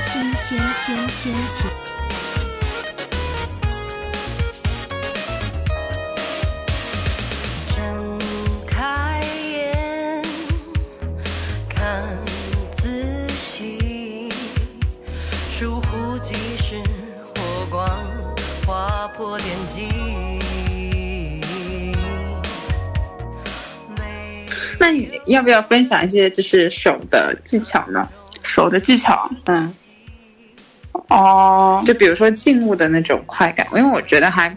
仙仙仙仙。睁开眼，看仔细，疏忽即逝，火光划破天际。美那你要不要分享一些就是手的技巧呢？手的技巧嗯，哦，就比如说静物的那种快感，因为我觉得还，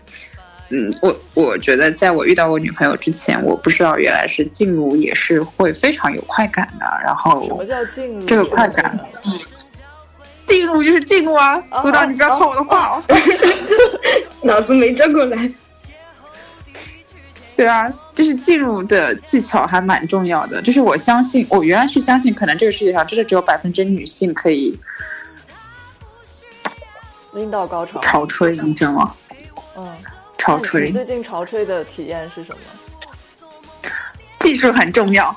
嗯，我我觉得在我遇到我女朋友之前，我不知道原来是静物也是会非常有快感的。然什么后叫进入这个快感静物就是静物啊哦，组长你不要看我的话哦。 脑子没转过来。对啊，就是进入的技巧还蛮重要的。就是我相信，我原来是相信，可能这个世界上真的只有百分之女性可以拎到高潮？潮吹，你知道吗？嗯，潮那你吹你最近潮吹的体验是什么？技术很重要。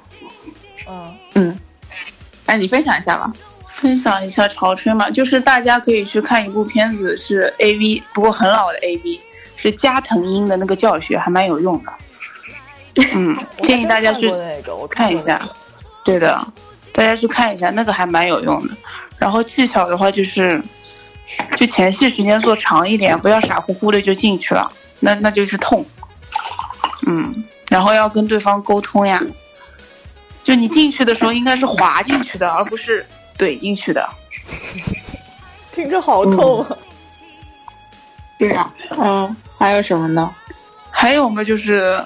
嗯，嗯，哎，你分享一下吧。分享一下潮吹嘛，就是大家可以去看一部片子，是 A V，不过很老的 A V，是加藤鹰的那个教学，还蛮有用的。嗯，我还建议真大家看去过那个，我看一过那下个。对的，大家去看一下，那个还蛮有用的。然后技巧的话，就是就前戏时间做长一点，不要傻乎乎的就进去了，那那就是痛。嗯，然后要跟对方沟通呀，就你进去的时候应该是滑进去的，而不是怼进去的。听着好痛啊！对啊，嗯，还有什么呢？还有嘛，就是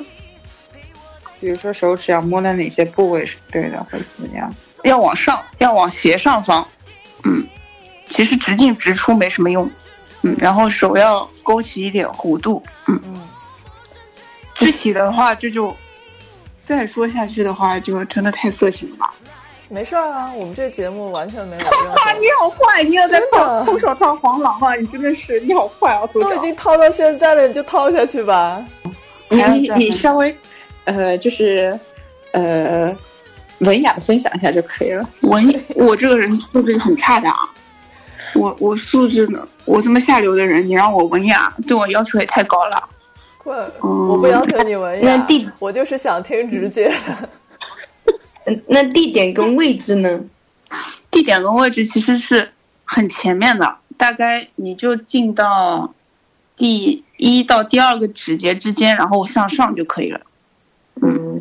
比如说手指要摸到哪些部位是对的，或者怎么样？要往上，要往斜上方。嗯，其实直进直出没什么用。嗯，然后手要勾起一点弧度。嗯，嗯，具体的话这就再说下去的话，就真的太色情了吧？ 没事儿啊，我们这节目完全没有 任何你好坏，你又在碰空手套黄狼啊！你真的是你好坏啊，组都已经掏到现在了，你就掏下去吧。你还要你再你分稍微，呃，就是，呃，文雅的分享一下就可以了。我我这个人素质很差的啊，我我素质呢，我这么下流的人，你让我文雅，对我要求也太高了。困，嗯我不要求你文那雅地，我就是想听直接的。嗯，那地点跟位置呢？地点跟位置其实是很前面的，大概你就进到第一到第二个指节之间，然后向上就可以了。嗯，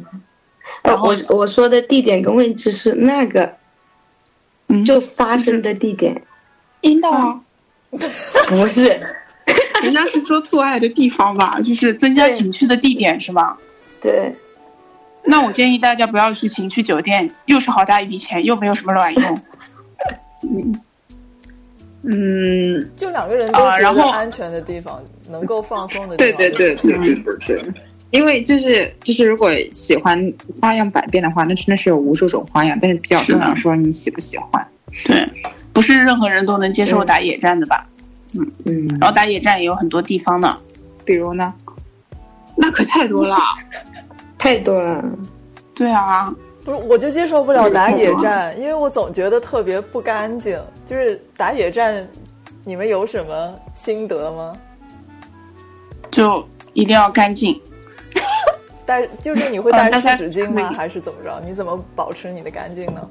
然呃，后我我说的地点跟位置是那个嗯就发生的地点，阴道啊，不是人家是说做爱的地方吧，就是增加情趣的地点是吗？对。那我建议大家不要去情趣酒店，又是好大一笔钱，又没有什么卵用。 嗯，就两个人都啊觉然得后安全的地方，能够放松的对地方。对对对对对对。因为就是就是，如果喜欢花样百变的话，那真的是有无数种花样，但是比较是的难说你喜不喜欢。对，不是任何人都能接受嗯打野战的吧？嗯，然后打野战也有很多地方呢，比如呢？那可太多了。太多了，对啊，不是，我就接受不 了打野战，因为我总觉得特别不干净。就是打野战，你们有什么心得吗？就一定要干净。带就是你会啊带大家湿纸巾吗？可以还是怎么着？你怎么保持你的干净呢？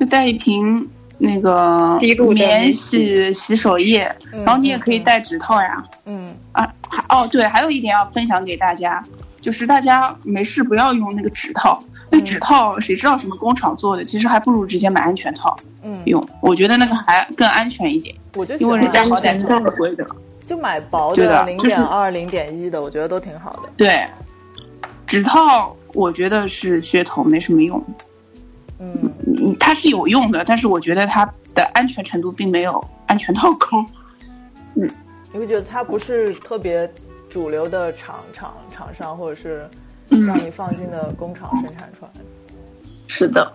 就带一瓶那个滴露的免免洗洗手液，嗯然后你也可以带指套呀。嗯，啊，还哦对，还有一点要分享给大家，就是大家没事不要用那个指套。那指套谁知道什么工厂做的？其实还不如直接买安全套嗯，用，我觉得那个还更安全一点，我就喜因为人家欢好歹安是全套合规的。就买薄对的的零就是点二、零点一的，我觉得都挺好的。对，指套我觉得是噱头，没什么用。嗯，嗯它是有用的，但是我觉得它的安全程度并没有安全套高。你会觉得它不是特别主流的厂厂厂商，或者是嗯让你放心的工厂生产出来的。是的，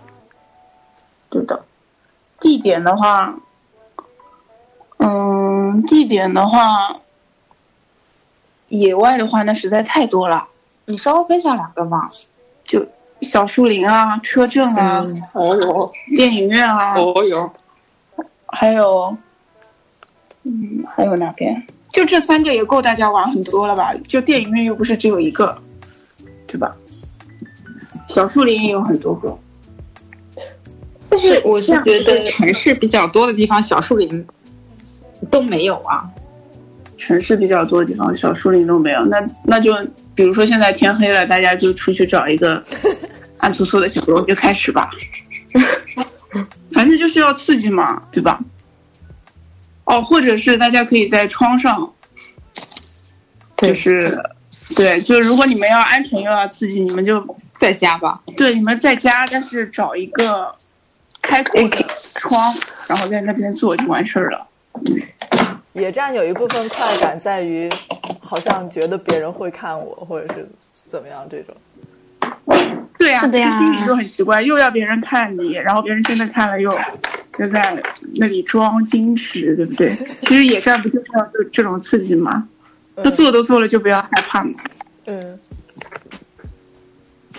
对的。地点的话，嗯，地点的话，野外的话，那实在太多了，你稍微分享两个嘛。就小树林啊、车震啊、嗯，哦哟，电影院啊，哦哟，还有，嗯，还有哪边？就这三个也够大家玩很多了吧？就电影院又不是只有一个，对吧？小树林也有很多个。但是我是像觉就是得，城市比较多的地方，小树林都没有啊。城市比较多的地方，小树林都没有。那那就比如说现在天黑了，大家就出去找一个暗搓搓的小楼就开始吧。反正就是要刺激嘛，对吧？哦，或者是大家可以在窗上，对就是对，就是如果你们要安全又要刺激，你们就在家吧，对你们在家，但是找一个开阔的窗，然后在那边坐就完事儿了。野战有一部分快感在于，好像觉得别人会看我，或者是怎么样这种。对呀、是的呀这心里就很奇怪，又要别人看你，然后别人真的看了又又在那里装矜持，对不对？其实野战不就是要这这种刺激吗？都嗯做都做了，就不要害怕嘛。嗯，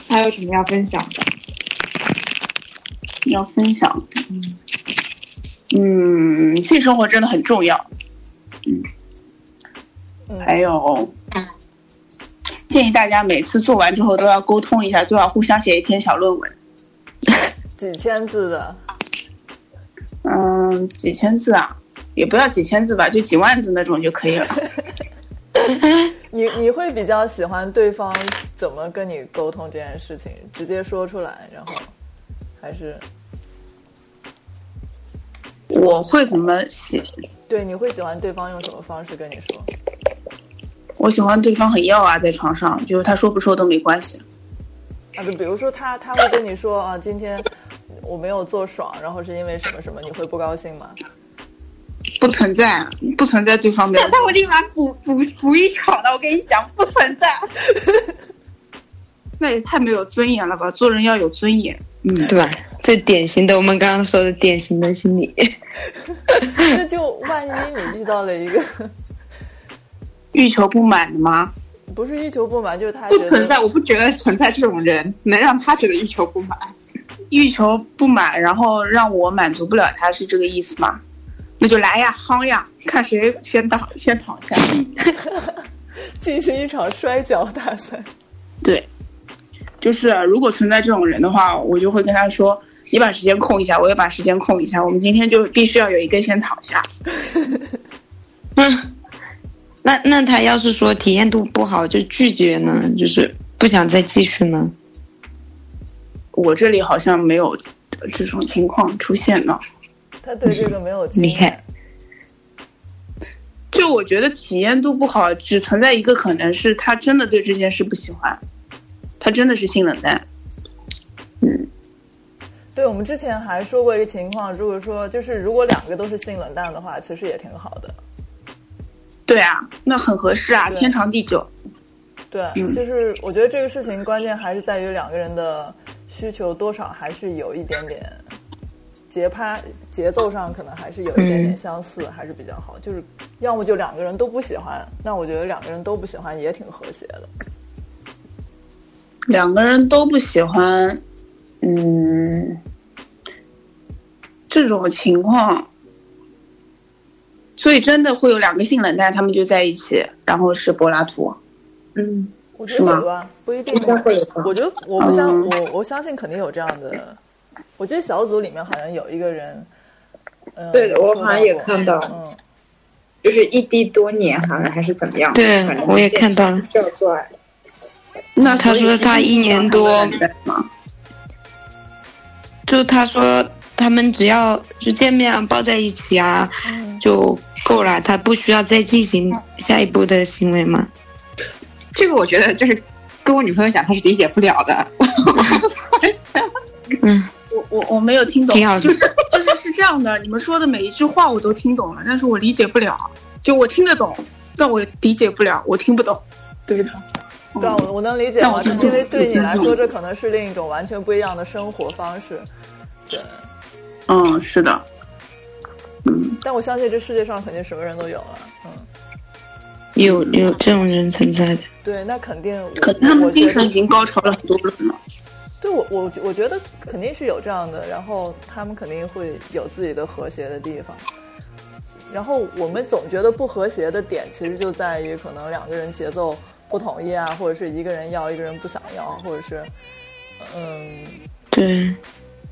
还有什么要分享的？要分享，嗯，性生活真的很重要。嗯，哎还有，建议大家每次做完之后都要沟通一下，最好互相写一篇小论文。几千字的，嗯，几千字啊，也不要几千字吧，就几万字那种就可 以了。你你会比较喜欢对方怎么跟你沟通这件事情，直接说出来，然后还是我会怎么写？对你会喜欢对方用什么方式跟你说？我喜欢对方很要啊，在床上，就是他说不说都没关系。啊，就比如说他他会跟你说啊，今天我没有做爽，然后是因为什么什么，你会不高兴 吗？不存在，不存在对方的。那我立马补补补一场的，我跟你讲，不存在。那也太没有尊严了吧！做人要有尊严。嗯，对吧？最典型的，我们刚刚说的典型的心理。那就万一你遇到了一个 欲求不满的吗？不是欲求不满，就是他不觉得存在，我不觉得存在这种人能让他觉得欲求不满。欲求不满，然后让我满足不了他，是这个意思吗？那就来呀，夯呀，看谁先躺先躺下。进行一场摔跤大赛。对，就是如果存在这种人的话，我就会跟他说：“你把时间空一下，我也把时间空一下，我们今天就必须要有一个先躺下。” 那那他要是说体验度不好就拒绝呢，就是不想再继续呢？我这里好像没有这种情况出现呢。他对这个没有经厉害验，就我觉得体验度不好，只存在一个可能是他真的对这件事不喜欢，他真的是性冷淡。对我们之前还说过一个情况，如果说就是如果两个都是性冷淡的话，其实也挺好的。对啊，那很合适啊，对天长地久。对，啊嗯就是我觉得这个事情关键还是在于两个人的需求多少还是有一点点节拍节奏上可能还是有一点点相似，还是比较好。就是要么就两个人都不喜欢，那我觉得两个人都不喜欢也挺和谐的。两个人都不喜欢，嗯，这种情况，所以真的会有两个性冷淡，他们就在一起，然后是柏拉图。嗯，我觉得有吧，不一定。我觉得我不相嗯我我相信肯定有这样的。我记得小组里面好像有一个人，嗯，对的有我说好像也过看到嗯，就是异地多年，好像还是怎么样？对反正我也见看到了，就要做爱。那他所以说是他异一地年吗多他们在吗就他说他们只要就见面啊，抱在一起啊嗯就够了，他不需要再进行下一步的行为嘛？这个我觉得就是跟我女朋友讲，她是理解不了的。嗯，我我我没有听懂挺，好的就是就是是这样的，你们说的每一句话我都听懂了，但是我理解不了，就我听得懂，但我理解不了，我听不懂，对不对？对啊，我我能理解但啊，我就但是因为对你来我就说，是这可能是另一种完全不一样的生活方式。对，嗯，是的，但我相信这世界上肯定什么人都有了。嗯，有有这种人存在的，对，那肯定我。可能他我们觉精得神已经高潮了很多轮了。对我我我觉得肯定是有这样的，然后他们肯定会有自己的和谐的地方。然后我们总觉得不和谐的点，其实就在于可能两个人节奏不统一啊，或者是一个人要，一个人不想要，或者是，嗯，对，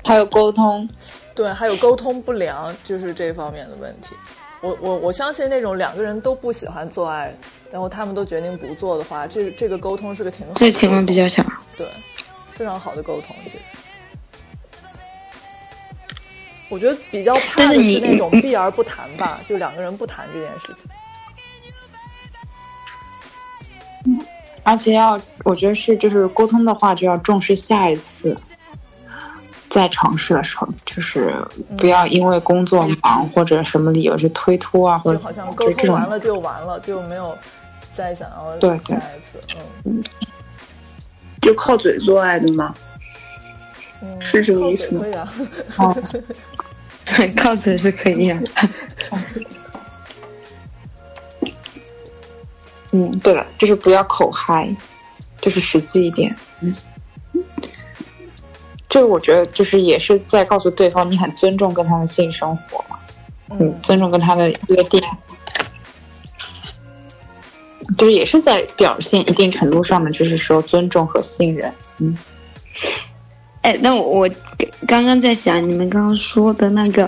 还有沟通，对，还有沟通不良，就是这方面的问题。我我我相信那种两个人都不喜欢做爱，然后他们都决定不做的话，这这个沟通是个挺好的这情况比较小。 对，非常好的沟通。其实，我觉得比较怕但的是你是那种避而不谈吧，就两个人不谈这件事情。而且要，我觉得是就是沟通的话，就要重视下一次再尝试的时候，就是不要因为工作忙或者什么理由去推脱啊，或就者好怎像么沟嗯就这通种完了就完了，就没有再想要对下一次。嗯就靠嘴做爱的吗？嗯，是这个靠意嘴思吗可以啊，靠嘴是可以啊。嗯，对了，就是不要口嗨，就是实际一点。嗯，这个我觉得就是也是在告诉对方，你很尊重跟他的性生活嘛，你嗯，尊重跟他的约定，就是也是在表现一定程度上面，就是说尊重和信任。嗯，哎，那我我刚刚在想你们刚刚说的那个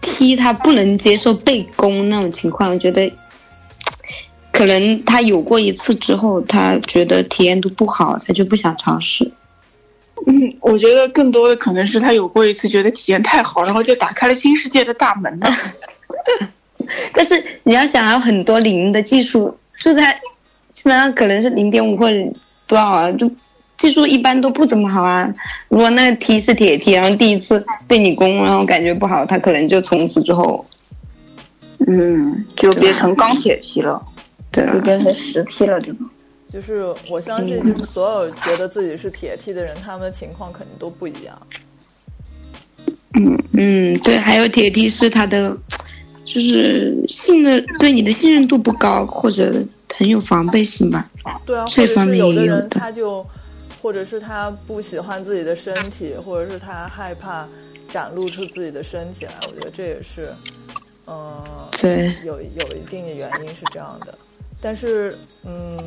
踢他不能接受被攻那种情况，我觉得可能他有过一次之后，他觉得体验度不好，他就不想尝试。嗯，我觉得更多的可能是他有过一次觉得体验太好，然后就打开了新世界的大门呢。但是你要想要很多零的技术，就他基本上可能是零点五或者多少啊，就技术一般都不怎么好啊。如果那个踢是铁踢，然后第一次被你攻，然后感觉不好，他可能就从此之后，嗯，就变成钢铁踢了，对啊就变成实踢了，对吗？就是我相嗯信，就是所有觉得自己是铁 T 的人，他们的情况肯定都不一样。嗯，对，还有铁梯是他的，就是信任对你的信任度不高，或者很有防备心吧。对啊，或这者方是面有的也有人的他就，或者是他不喜欢自己的身体，或者是他害怕展露出自己的身体来。我觉得这也是，嗯、对，有有一定的原因是这样的，但是嗯，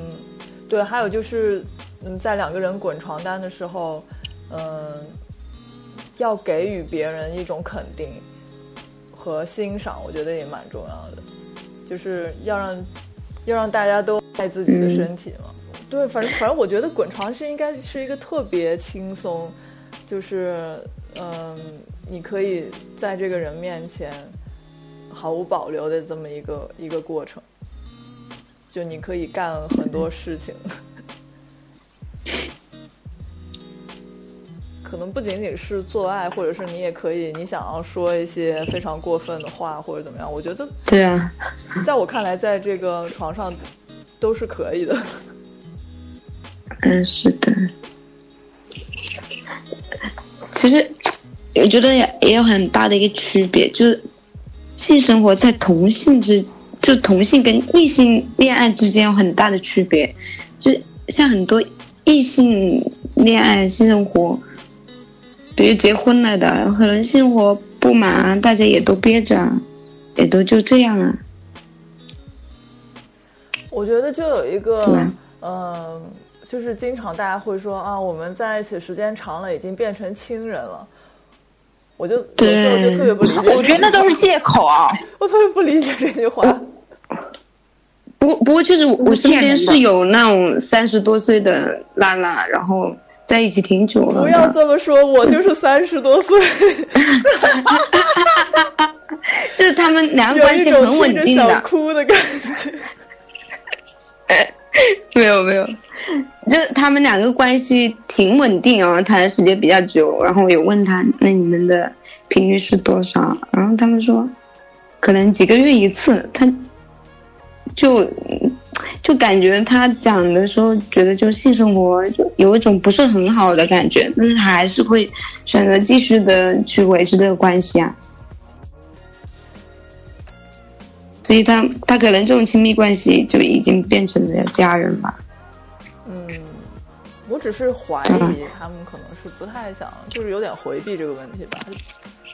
对，还有就是嗯，在两个人滚床单的时候，嗯，要给予别人一种肯定和欣赏，我觉得也蛮重要的，就是要让要让大家都爱自己的身体嘛。对，反正反正我觉得滚床是应该是一个特别轻松，就是嗯，你可以在这个人面前。毫无保留的这么一个一个过程，就你可以干很多事情，可能不仅仅是做爱，或者是你也可以，你想要说一些非常过分的话或者怎么样，我觉得对啊，在我看来，在这个床上都是可以的。 嗯，是的。其实我觉得也也有很大的一个区别，就是性生活在同性之，就同性跟异性恋爱之间有很大的区别。就像很多异性恋爱性生活，比如结婚了的，可能性生活不满啊，大家也都憋着啊，也都就这样啊。我觉得就有一个对，嗯、就是经常大家会说啊，我们在一起时间长了，已经变成亲人了。我就有时候就对特别不理解这句话，我觉得那都是借口啊。我特别不理解这句话。呃不过不过确实我，我身见边人的是有那种三十多岁的拉拉，然后在一起挺久了的。不要这么说，我就是三十多岁，就是他们两个有关一系种很听稳着定想的，哭的感觉。没有没有，就是他们两个关系挺稳定，然后谈的时间比较久，然后我有问他，那你们的频率是多少？然后他们说，可能几个月一次，他就就感觉他讲的时候，觉得就性生活就有一种不是很好的感觉，但是他还是会选择继续的去维持这个关系啊。所以他他可能这种亲密关系就已经变成了家人吧。嗯，我只是怀疑他们可能是不太想，就是有点回避这个问题吧，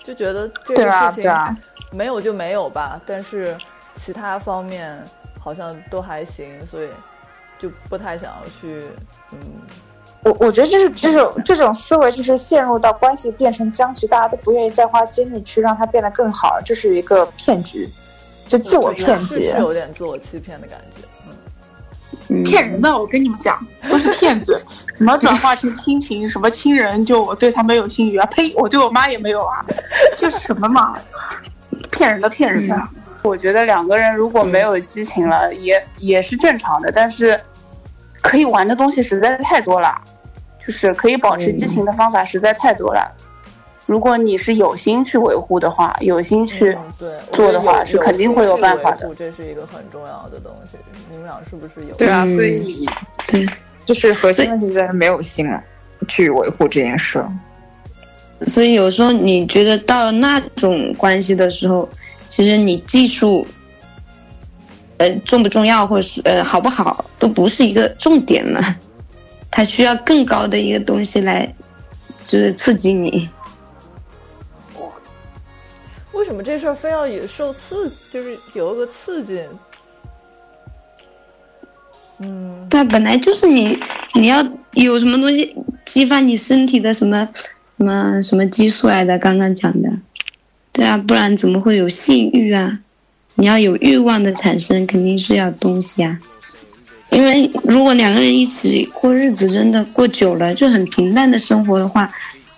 就觉得这对个啊事对情啊没有就没有吧，但是其他方面好像都还行，所以就不太想要去，嗯，我我觉得这是这种这种思维，就是陷入到关系变成僵局，大家都不愿意再花精力去让它变得更好，这是一个骗局，就自我嗯对骗是局是。有点自我欺骗的感觉。嗯，骗人的，我跟你们讲，都是骗子。什么转化成亲情，什么亲人就我对他没有性欲啊？呸，我对我妈也没有啊，这是什么嘛？骗人的，骗人嗯的。我觉得两个人如果没有激情了，也也是正常的，但是可以玩的东西实在是太多了，就是可以保持激情的方法实在太多了。如果你是有心去维护的话，有心去、嗯对我做觉的得话有是肯定会有有心去办法维的护这是一个很重要的东西。你们俩是不是有？啊嗯以对，就是核心问题在于没有心了去维护这件事。所以有时候你觉得到那种关系的时候，其实你技术，呃，重不重要，或者是呃好不好，都不是一个重点了。它需要更高的一个东西来，就是刺激你。为什么这事儿非要以受刺，就是有一个刺激？嗯，对啊，本来就是你，你要有什么东西激发你身体的什么什么什么激素来的，刚刚讲的。对啊，不然怎么会有性欲啊？你要有欲望的产生，肯定是要东西啊。因为如果两个人一起过日子，真的过久了就很平淡的生活的话，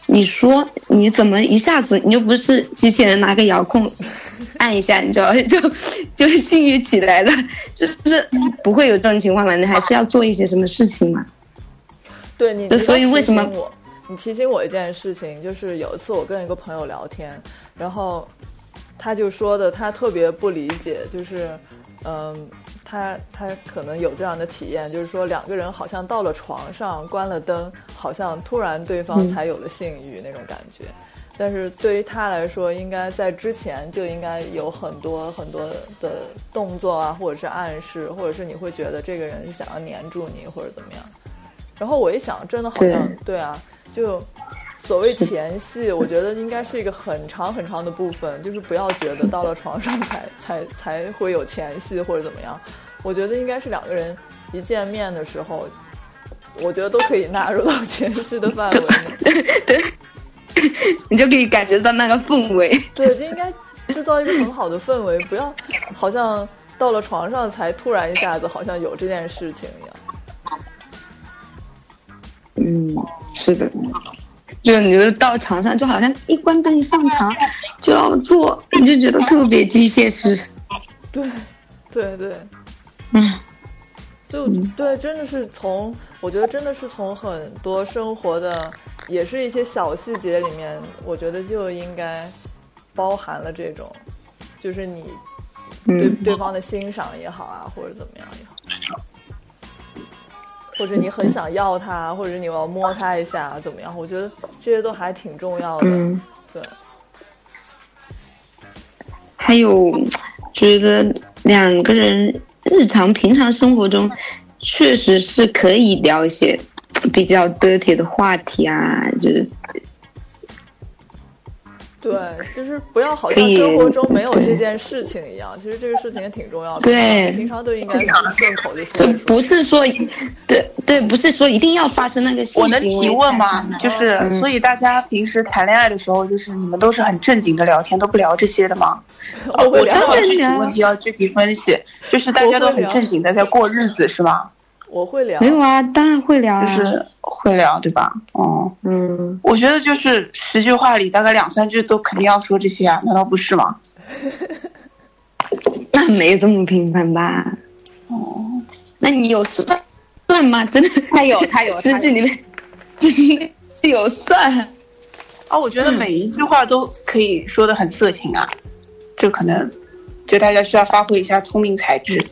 你说你怎么一下子你又不是机器人拿个遥控按一下，你知道就 就性欲起来了，就是不会有这种情况嘛？你还是要做一些什么事情嘛？对你，对你所以刚为提什么醒我？你提醒我一件事情，就是有一次我跟一个朋友聊天，然后他就说的，他特别不理解，就是，嗯，他他可能有这样的体验，就是说两个人好像到了床上关了灯，好像突然对嗯方才有了性欲那种感觉。但是对于他来说，应该在之前就应该有很多很多的动作啊，或者是暗示，或者是你会觉得这个人想要黏住你或者怎么样。然后我一想，真的好像对啊，就所谓前戏，我觉得应该是一个很长很长的部分，就是不要觉得到了床上才才才会有前戏或者怎么样。我觉得应该是两个人一见面的时候，我觉得都可以纳入到前戏的范围内。你就可以感觉到那个氛围。对，就应该制造一个很好的氛围，不要好像到了床上才突然一下子好像有这件事情一样。嗯，是的，就你就到床上，就好像一关灯一上床就要做，你就觉得特别机械式。对，对对，嗯，就对，真的是从我觉得真的是从很多生活的，也是一些小细节里面，我觉得就应该包含了这种，就是你对嗯，对方的欣赏也好啊，或者怎么样也好，或者你很想要他，或者你要摸他一下，怎么样？我觉得这些都还挺重要的。嗯对，还有觉得两个人日常平常生活中，确实是可以聊一些比较 dirty 的话题啊，就是对，就是不要好可像以生活中没有对这件事情一样。其实这个事情也挺重要的，对平常都应该是顺口就说就一说不。是说，对对，不是说一定要发生那个性我能行提为问才吗？就是，嗯所以大家平时谈恋爱的时候，就是你们都是很正经的聊天，都不聊这些的吗？ 哦我会我知聊道真的具体聊问题要具体分析，就是大家都很正经的在过日子，是吗？我会聊没。有啊，当然会聊啊，就是嗯会聊，对吧？哦、嗯，我觉得就是十句话里大概两三句都肯定要说这些啊，难道不是吗？那没这么频繁吧？哦，那你有算算吗？真 的，他有他有，这这里面真的有算，啊，我觉嗯得每一句话都可以说的很色情啊，这可能就大家需要发挥一下聪明才智，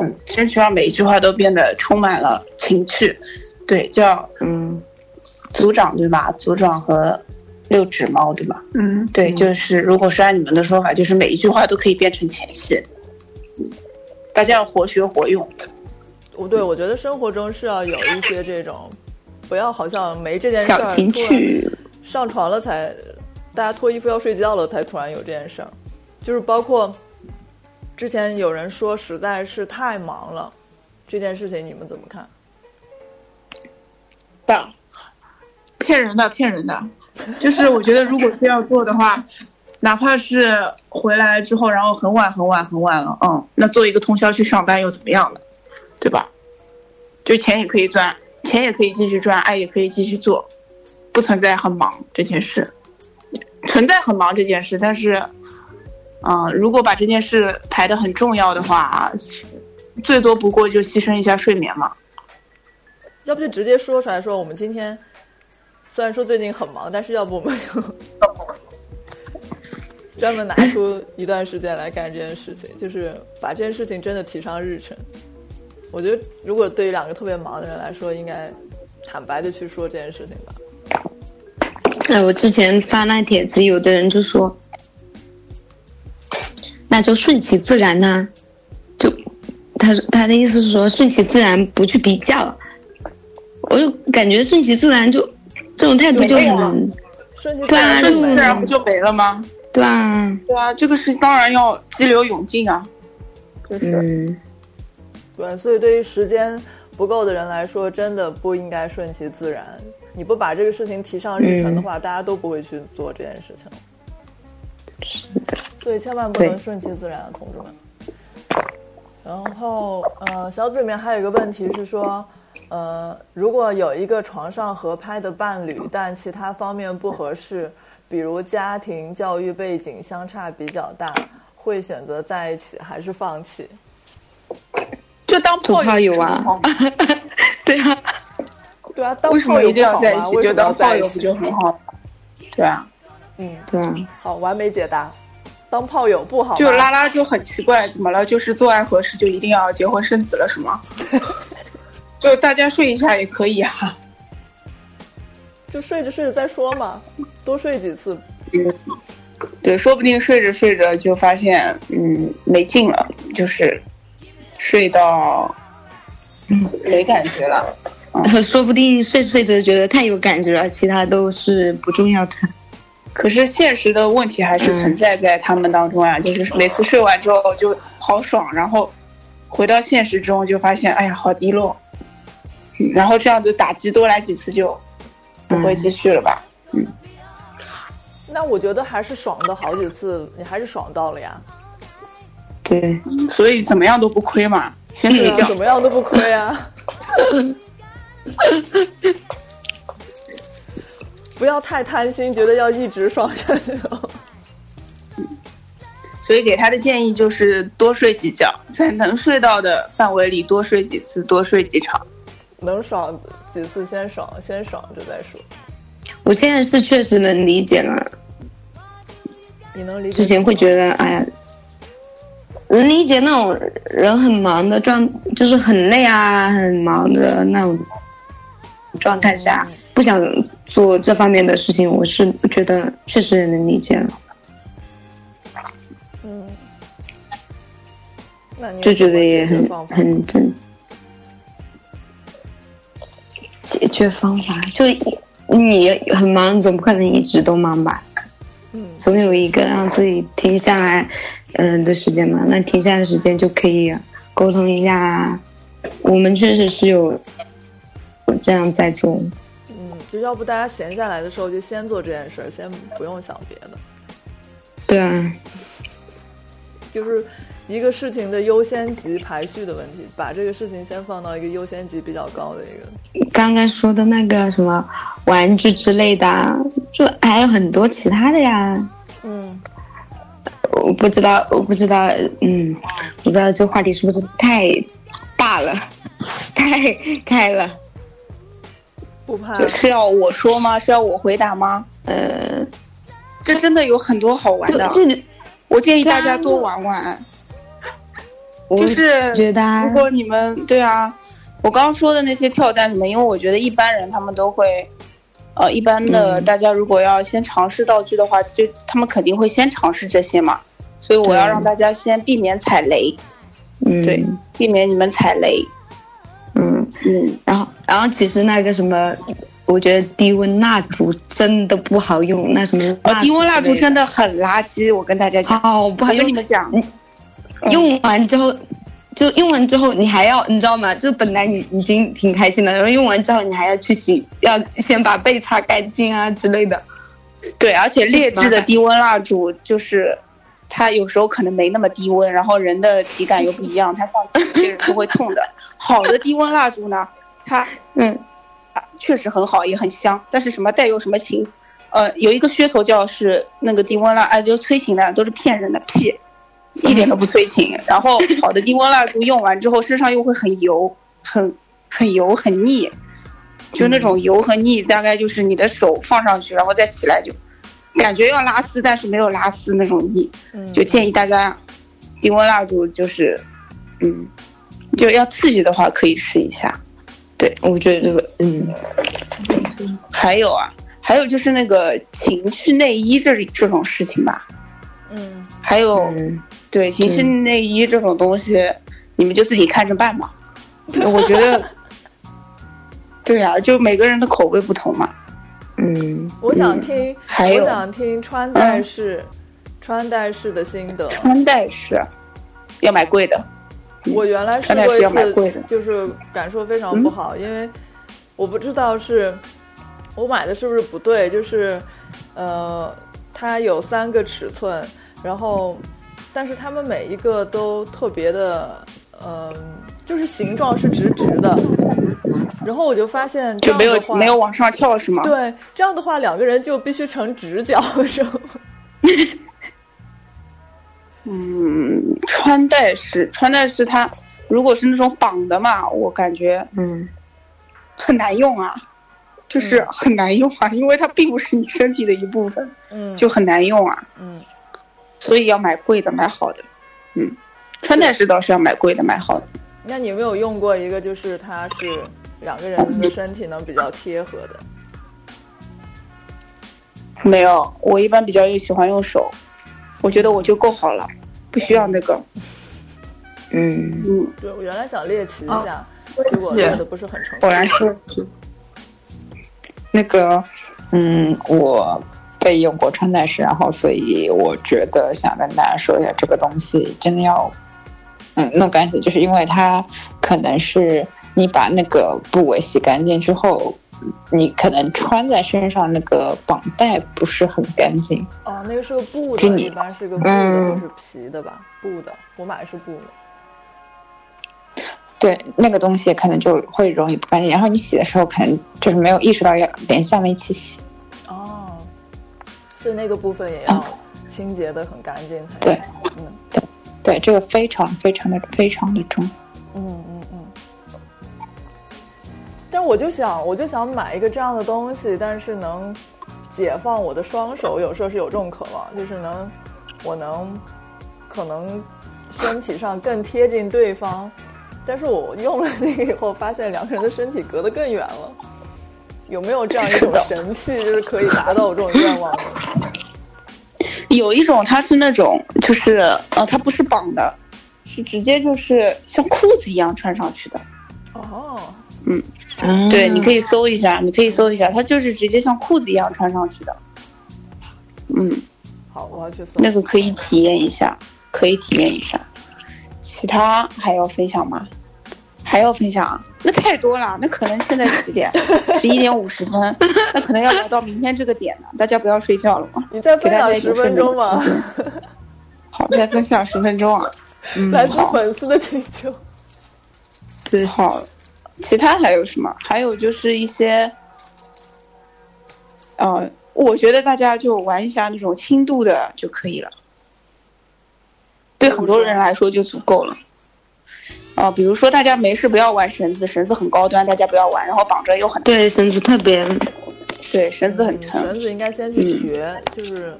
嗯，争取让每一句话都变得充满了情趣。对，叫嗯，组长对吧？组长和六指猫对吧？嗯，对，就是如果是按你们的说法，就是每一句话都可以变成前戏，嗯，大家要活学活用。我对我觉得生活中是要有一些这种不要好像没这件事儿，小情突然趣，上床了才，大家脱衣服要睡觉了才突然有这件事儿，就是包括之前有人说实在是太忙了，这件事情你们怎么看？的，骗人的，骗人的。就是我觉得，如果非要做的话，哪怕是回来之后，然后很晚很晚很晚了，嗯，那做一个通宵去上班又怎么样呢？对吧？就钱也可以赚，钱也可以继续赚，爱也可以继续做，不存在很忙这件事，存在很忙这件事，但是，嗯、如果把这件事排得很重要的话，啊最多不过就牺牲一下睡眠嘛。要不就直接说出来说我们今天虽然说最近很忙，但是要不我们就 专门拿出一段时间来干这件事情，就是把这件事情真的提上日程。我觉得如果对于两个特别忙的人来说，应该坦白的去说这件事情吧。哎，我之前发那帖子，有的人就说，那就顺其自然呐、就他说他的意思是说顺其自然，不去比较。我就感觉顺其自然就这种态度就很顺其自对啊然，顺顺其自其自然然不不就没了吗？对啊，对啊，这个事当然要激流勇进啊，就是、嗯，对，所以对于时间不够的人来说，真的不应该顺其自然。你不把这个事情提上日程的嗯话，大家都不会去做这件事情。是的，所以千万不对能顺其自然啊，同志们。然后，呃，小组里面还有一个问题是说，呃，如果有一个床上合拍的伴侣，但其他方面不合适，比如家庭、教育背景相差比较大，会选择在一起还是放弃？就当左炮炮友友啊，对啊，对啊，当为什炮么友一定不要好在一吗起？为什就么要当炮在一友起不就很好吗？对啊，嗯，对啊，好，完美解答。当炮友不好吗，就拉拉就很奇怪，怎么了？就是做爱合适就一定要结婚生子了是吗？ 就大家睡一下也可以啊，就睡着睡着再说嘛，多睡几次。 对，说不定睡着睡着就发现嗯没劲了，就是睡到嗯没感觉了。 说不定睡着睡着觉觉得太有感觉了，其他都是不重要的。可是现实的问题还是存在在他们当中啊，就是每次睡完之后就好爽，然后回到现实中就发现哎呀好低落，嗯然后这样子打击多来几次就不会继续了吧？那我觉得还是爽的好几次，你还是爽到了呀。对，所以怎么样都不亏嘛，先对睡嗯啊，觉怎。么样都不亏啊。 不要太贪心，觉得要一直爽下去 哦。所以给他的建议就是多睡几觉，在能睡到的范围里多睡几次，多睡几场。能爽几次先爽，先爽着再说。我现在是确实能理解了。你能理解？之前会觉得，哎呀，能理解那种人很忙的状，就是很累啊，很忙的那种状态下，嗯不想做这方面的事情，我是觉得确实能理解了，嗯，那你就觉得也嗯有什么解很决方法很正。解决方法就你很忙，总不可能一直都忙吧？嗯，总有一个让自己停下来，嗯、的时间嘛。那停下来的时间就可以沟通一下。我们确实是有这样在做，嗯，就要不大家闲下来的时候就先做这件事儿，先不用想别的，对啊，就是一个事情的优先级排序的问题，把这个事情先放到一个优先级比较高的一个。刚刚说的那个什么玩具之类的啊，就还有很多其他的呀。嗯，我不知道，我不知道，嗯，我不知道这个话题是不是太大了， 太开了。不怕嗯是要我说吗？是要我回答吗？呃，这真的有很多好玩就的，就我建议大家多玩玩。我就是觉得啊如果你们对啊，我刚刚说的那些跳蛋什么，因为我觉得一般人他们都会，呃，一般的嗯大家如果要先尝试道具的话，就他们肯定会先尝试这些嘛，所以我要对让大家先避免踩雷，嗯，对避免你们踩雷。嗯，嗯，然后然后其实那个什么，我觉得低温蜡烛真的不好用，那什么哦，低温蜡烛真的的很垃圾，我跟大家讲，好不好我跟用你，们 讲，用完之后。就用完之后，你还要你知道吗？就本来你已经挺开心的，然后用完之后你还要去洗，要先把被擦干净啊之类的。对，而且劣质的低温蜡烛就是。它有时候可能没那么低温，然后人的体感又不一样，它放有些人是会痛的。好的低温蜡烛呢，它嗯，啊，确实很好，也很香。但是什么带有什么情，呃，有一个噱头叫是那个低温蜡，哎，就是催情的，都是骗人的屁，一点都不催情。然后好的低温蜡烛用完之后，身上又会很油，很很油很腻，就那种油和腻，大概就是你的手放上去，然后再起来就感觉要拉丝，但是没有拉丝那种腻。嗯，就建议大家低温蜡烛就是，嗯，就要刺激的话可以试一下。我觉得这个，嗯，还有啊，还有就是那个情趣内衣这这种事情吧，嗯，还有、嗯对情趣内衣这种东西，你们就自己看着办吧。我 觉得，对啊，就每个人的口味不同嘛。嗯，我想听，还有我想听穿戴式、穿戴式的心得。穿戴式要买贵的，我原来试穿戴过式要买一贵嗯次的，就是感受非常不好，因为我不知道是我买的是不是不对，就是呃，它有三个尺寸，然后但是它们每一个都特别的，嗯、就是形状是直直的，然后我就发现这就样没有的话没有往上翘是吗？对，这样的话两个人就必须成直角， 是吗？嗯，穿戴式，穿戴式它如果是那种绑的嘛，我感觉嗯，很难用啊，就是很难用啊， 因为它并不是你身体的一部分，嗯，就很难用啊，嗯，所以要买贵的，买好的。嗯，穿戴式倒是要买贵的，买好的。那你有没有用过一个，就是它是两个人的身体能比较贴合的？没有，我一般比较喜欢用手，我觉得我就够好了，不需要那个。嗯，嗯，对我原来想猎奇一下，结也果是哦猎的不是很成哦果功。然是那个，嗯，我被用过穿戴式，然后所以我觉得想跟大家说一下，这个东西真的要，嗯，弄干净，就是因为它可能是你把那个部位洗干净之后。你可能穿在身上那个绑带不是很干净，哦，那个是个布是的，你嗯一般是个布的，不是皮的吧？布的，我买的是布的。对那个东西可能就会容易不干净。然后你洗的时候可能就是没有意识到要连下面一起洗，哦，是那个部分也要清洁的很干净才对嗯对这个非常非常的非常的重要。嗯嗯嗯。但我就想，我就想买一个这样的东西，但是能解放我的双手，有时候是有这种渴望，就是能，我能，可能身体上更贴近对方，但是我用了那个以后，发现两个人的身体隔得更远了。有没有这样一种神器，就是可以达到我这种愿望呢？有一种它是那种，就是呃，它不是绑的，是直接就是像裤子一样穿上去的。哦，嗯对，你可以搜一下，你可以搜一下，它就是直接像裤子一样穿上去的。嗯，好，我要去搜。那个可以体验一下，可以体验一下。其他还要分享吗？还要分享啊？那太多了，那可能现在是几点？十一点五十分， 那可能要聊到明天这个点了。大家不要睡觉了嘛。你再分给大享家一十个分分钟吧，好，再分享十分钟啊。嗯，来自好粉丝的请求。对，好，其他还有什么？还有就是一些，呃，我觉得大家就玩一下那种轻度的就可以了，对很多人来说就足够了。啊、比如说大家没事不要玩绳子，绳子很高端，大家不要玩，然后绑着又很对，绳子特别，对，绳子很嗯嗯嗯疼。绳子应该先去学，就是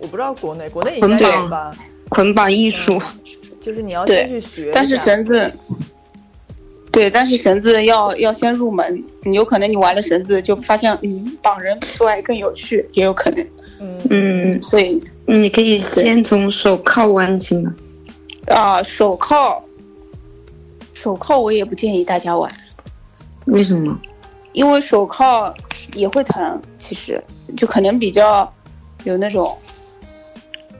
我不知道国内，国嗯内应该有吧，捆绑艺术，就是你要先去学一下，但是绳子，对，但是绳子要要先入门，你有可能你玩了绳子就发现，嗯，绑人比做爱更有趣，也有可能。嗯，嗯，所以你可以先从手铐玩起嘛，啊，手铐，手铐我也不建议大家玩，为什么？因为手铐也会疼，其实就可能比较有那种，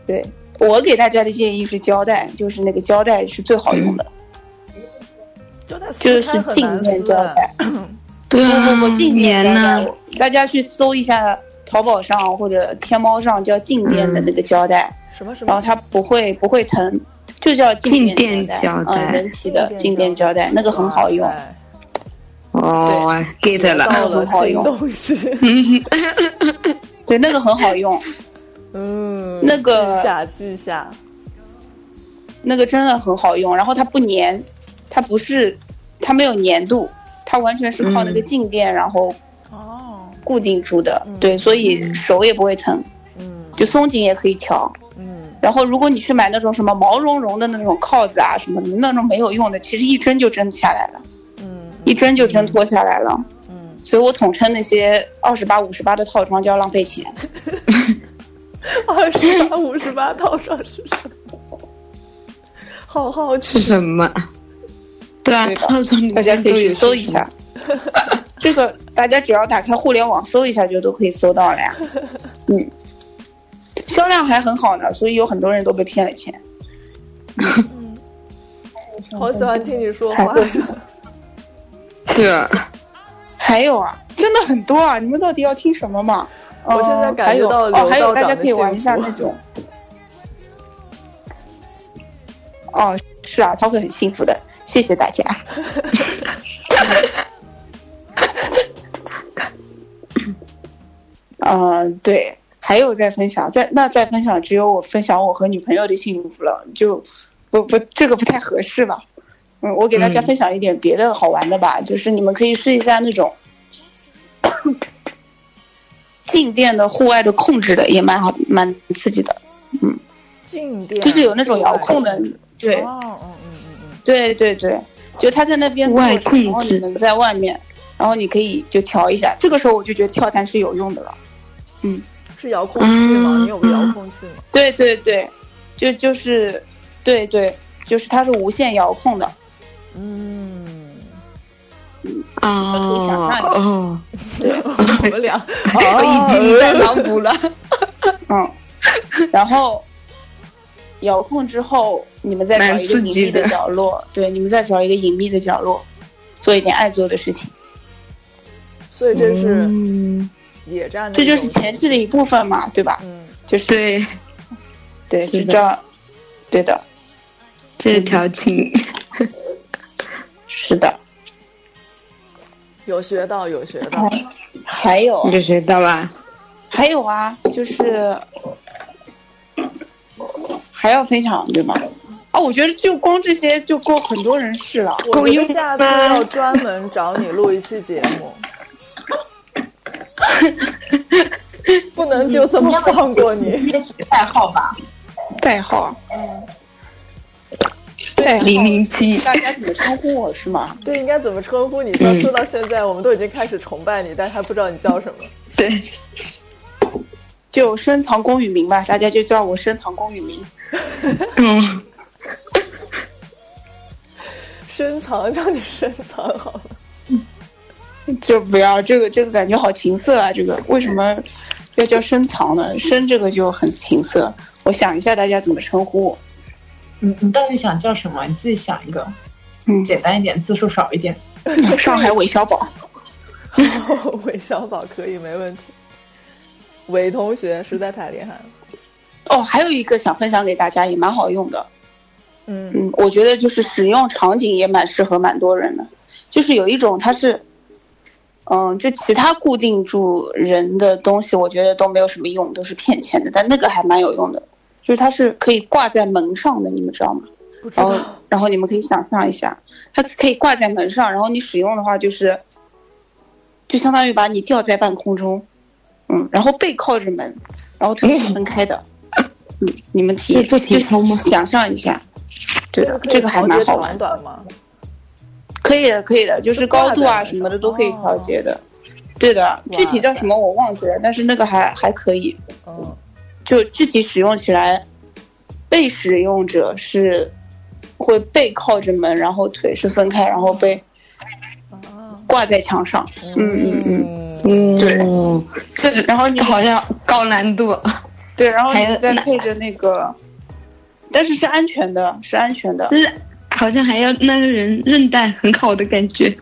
对我给大家的建议是胶带，就是那个胶带是最好用的，胶带撕就是开很镜难面撕胶的，带。对啊不不啊，不，镜面胶粘带呢？，大家去搜一下淘宝上或者天猫上叫镜面的嗯那个胶带，什么什然后么它不会不会疼，就叫镜面胶镜面胶嗯，带人体的静镜面胶带，那个很好用哇。塞哦，get 了。哎到了很好新用东西，对，那个很好用，嗯，那个记 下记下，那个真的很好用，然后它不粘，它不是，它没有粘度，它完全是靠那个静电、然后哦，固定住的，嗯对，所以手也不会疼，嗯就松紧也可以调。嗯，然后如果你去买那种什么毛茸茸的那种铐子啊什么的，那种没有用的，其实一针就挣下来了，嗯一针就挣脱下来了。嗯，所以我统称那些二十八、五十八的套装叫浪费钱。二十八五十八套上是什么？好好是吃，什 么？对啊对，的套装里大家面可都以有去搜视一频下。 这个大家只要打开互联网搜一下，就都可以搜到了 呀。嗯，销量还很好呢，所以有很多人都被骗了钱。嗯好喜欢听你说话还有呀！对啊，还有啊，真的很多啊！你们到底要听什么嘛？ 我呃现在感还觉有到哦，还有刘道大长家的可以玩一下幸福那种。哦，是啊，他会很幸福的。谢谢大家。 嗯、对，还有在分享，在那在分享，只有我分享我和女朋友的幸福了，就不不这个不太合适吧？嗯，我给大家嗯分享一点别的好玩的吧，就是你们可以试一下那 种静电的户外的控制的，也蛮好，蛮刺激的，静啊电就是有那种遥控的，对哦，嗯嗯嗯嗯，对对对，就他在那边坐着外控制然后你们在外面，然后你可以就调一下，这个时候我就觉得跳弹是有用的了。是遥控器吗？嗯你有个遥控器吗？对对对，就就是，对对，就是它是无线遥控的，嗯，可以想象一下哦，我们 俩我啊，已经在脑补了。嗯， 然后遥控之后，你们再找一个蛮刺隐激秘的的角落，对，你们再找一个隐秘的角落，做一点爱做的事情， 所以这是 嗯野战的这一种，就是前戏的一部分嘛，对吧？嗯，就是对，对，是就的这样，对的，这条情是的。有学到有学到，还有你就学到吧？还有啊，就是还要分享对吗？啊，我觉得就光这些就够很多人试了。我够觉用得下次吧要专门找你录一期节目， 不能就这么放过你。 那起代号吧，代号啊，嗯，代号，零零七，大家怎么称呼我是吗？对，应该怎么称呼你？到说到现在，我们都已经开始崇拜你，但是还不知道你叫什么。对，就深藏功与名吧，大家就叫我深藏功与名。 嗯，深藏叫你深藏好了，就不要这个，这个感觉好情色啊！这个为什么要叫深藏呢？深这个就很情色。我想一下大家怎么称呼我。你你到底想叫什么？你自己想一个，嗯，简单一点，字数少一点。上海韦小宝。韦小宝可以没问题。韦同学实在太厉害了。哦，还有一个想分享给大家，也蛮好用的。嗯嗯，我觉得就是使用场景也蛮适合蛮多人的，就是有一种它是，嗯，就其他固定住人的东西，我觉得都没有什么用，都是骗钱的，但那个还蛮有用的，就是它是可以挂在门上的，你们知道吗？不知然道后，然后你们可以想象一下，它可以挂在门上，然后你使用的话就是，就相当于把你吊在半空中，嗯，然后背靠着门，然后腿是分开的，嗯，你们体这不挺就通吗想象一下，对的，这个还蛮好玩的，短吗？可以的，可以的，就是哦高度啊就挂在门上什么的都可以调节的，对的，具体叫什么我忘记了，但是那个还还可以，嗯，就具体使用起来，被使用者是会背靠着门，然后腿是分开，然后被啊，挂在墙上。嗯嗯嗯，嗯，对嗯，这然后你好像高难度，对，然后你还有再那配着那个，但是是安全的，是安全嗯的。韧嗯好像还要那个人韧带很好的感觉。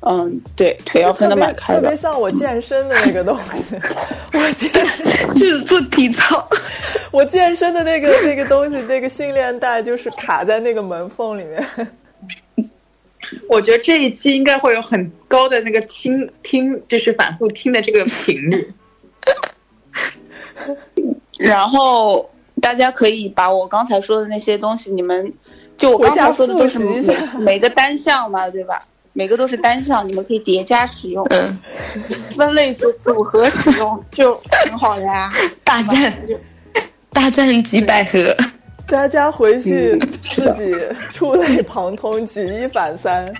嗯，对，腿要分特的别蛮开特别的。像我健身的那个东西， 我健就是做体操，我健身的 那个那个东西，那个训练带就是卡在那个门缝里面。 我觉得这一期应该会有很高的那个听听，就是反复听的这个频率。然后大家可以把我刚才说的那些东西，你们就我回刚家才说的都是复习每一下每个单项嘛，对吧？每个都是单项，你们可以叠加使用，嗯，分类组组合使用就挺好的呀、大战，大战几百合，大家回去嗯自己触类旁通，举一反三。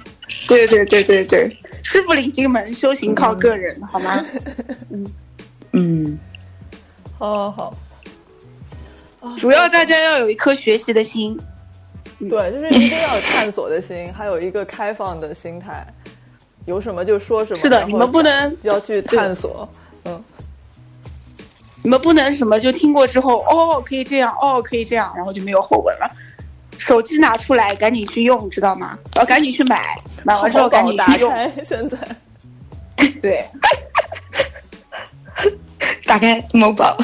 对对对对对，师傅领进门，修行靠个人，好吗？嗯，好好好，啊主要大家要有一颗学习的心。 对，就是一定要有探索的心，还有一个开放的心态，有什么就说什么。是的然后你们不能要去探索。嗯，你们不能什么就听过之后，哦，可以这样，哦，可以这样，然后就没有后文了。手机拿出来，赶紧去用，知道吗？呃，赶紧去买，买完之后赶紧打去 用。开。现在对，打开某宝，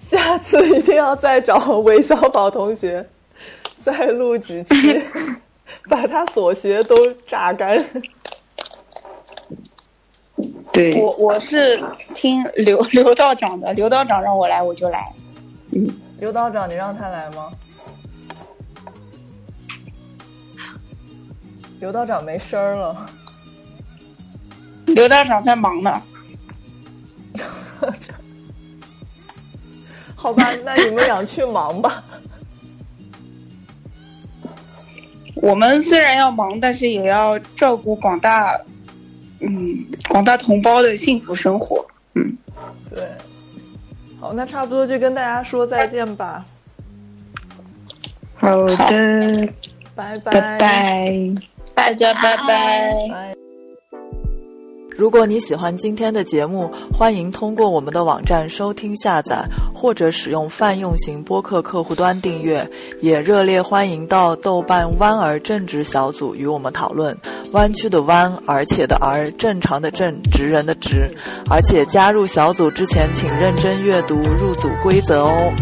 下次一定要再找韦小宝同学， 再录几 期，把他所学都榨干。 对，我我是听刘刘道长的，刘道长让我来我就来。刘道长，你让他来吗？刘道长没声儿了， 刘道长在忙呢，好吧，那你们俩去忙吧。我们虽然要忙，但是也要照顾广大，嗯，广大同胞的幸福生活。对，好，那差不多就跟大家说再见吧，好的，拜拜拜。大家拜拜。如果你喜欢今天的节目，欢迎通过我们的网站收听、下载，或者使用泛用型播客客户端订阅。也热烈欢迎到豆瓣湾儿正直小组与我们讨论。湾区的湾，而且的而，正常的正，直人的直。而且加入小组之前，请认真阅读入组规则哦。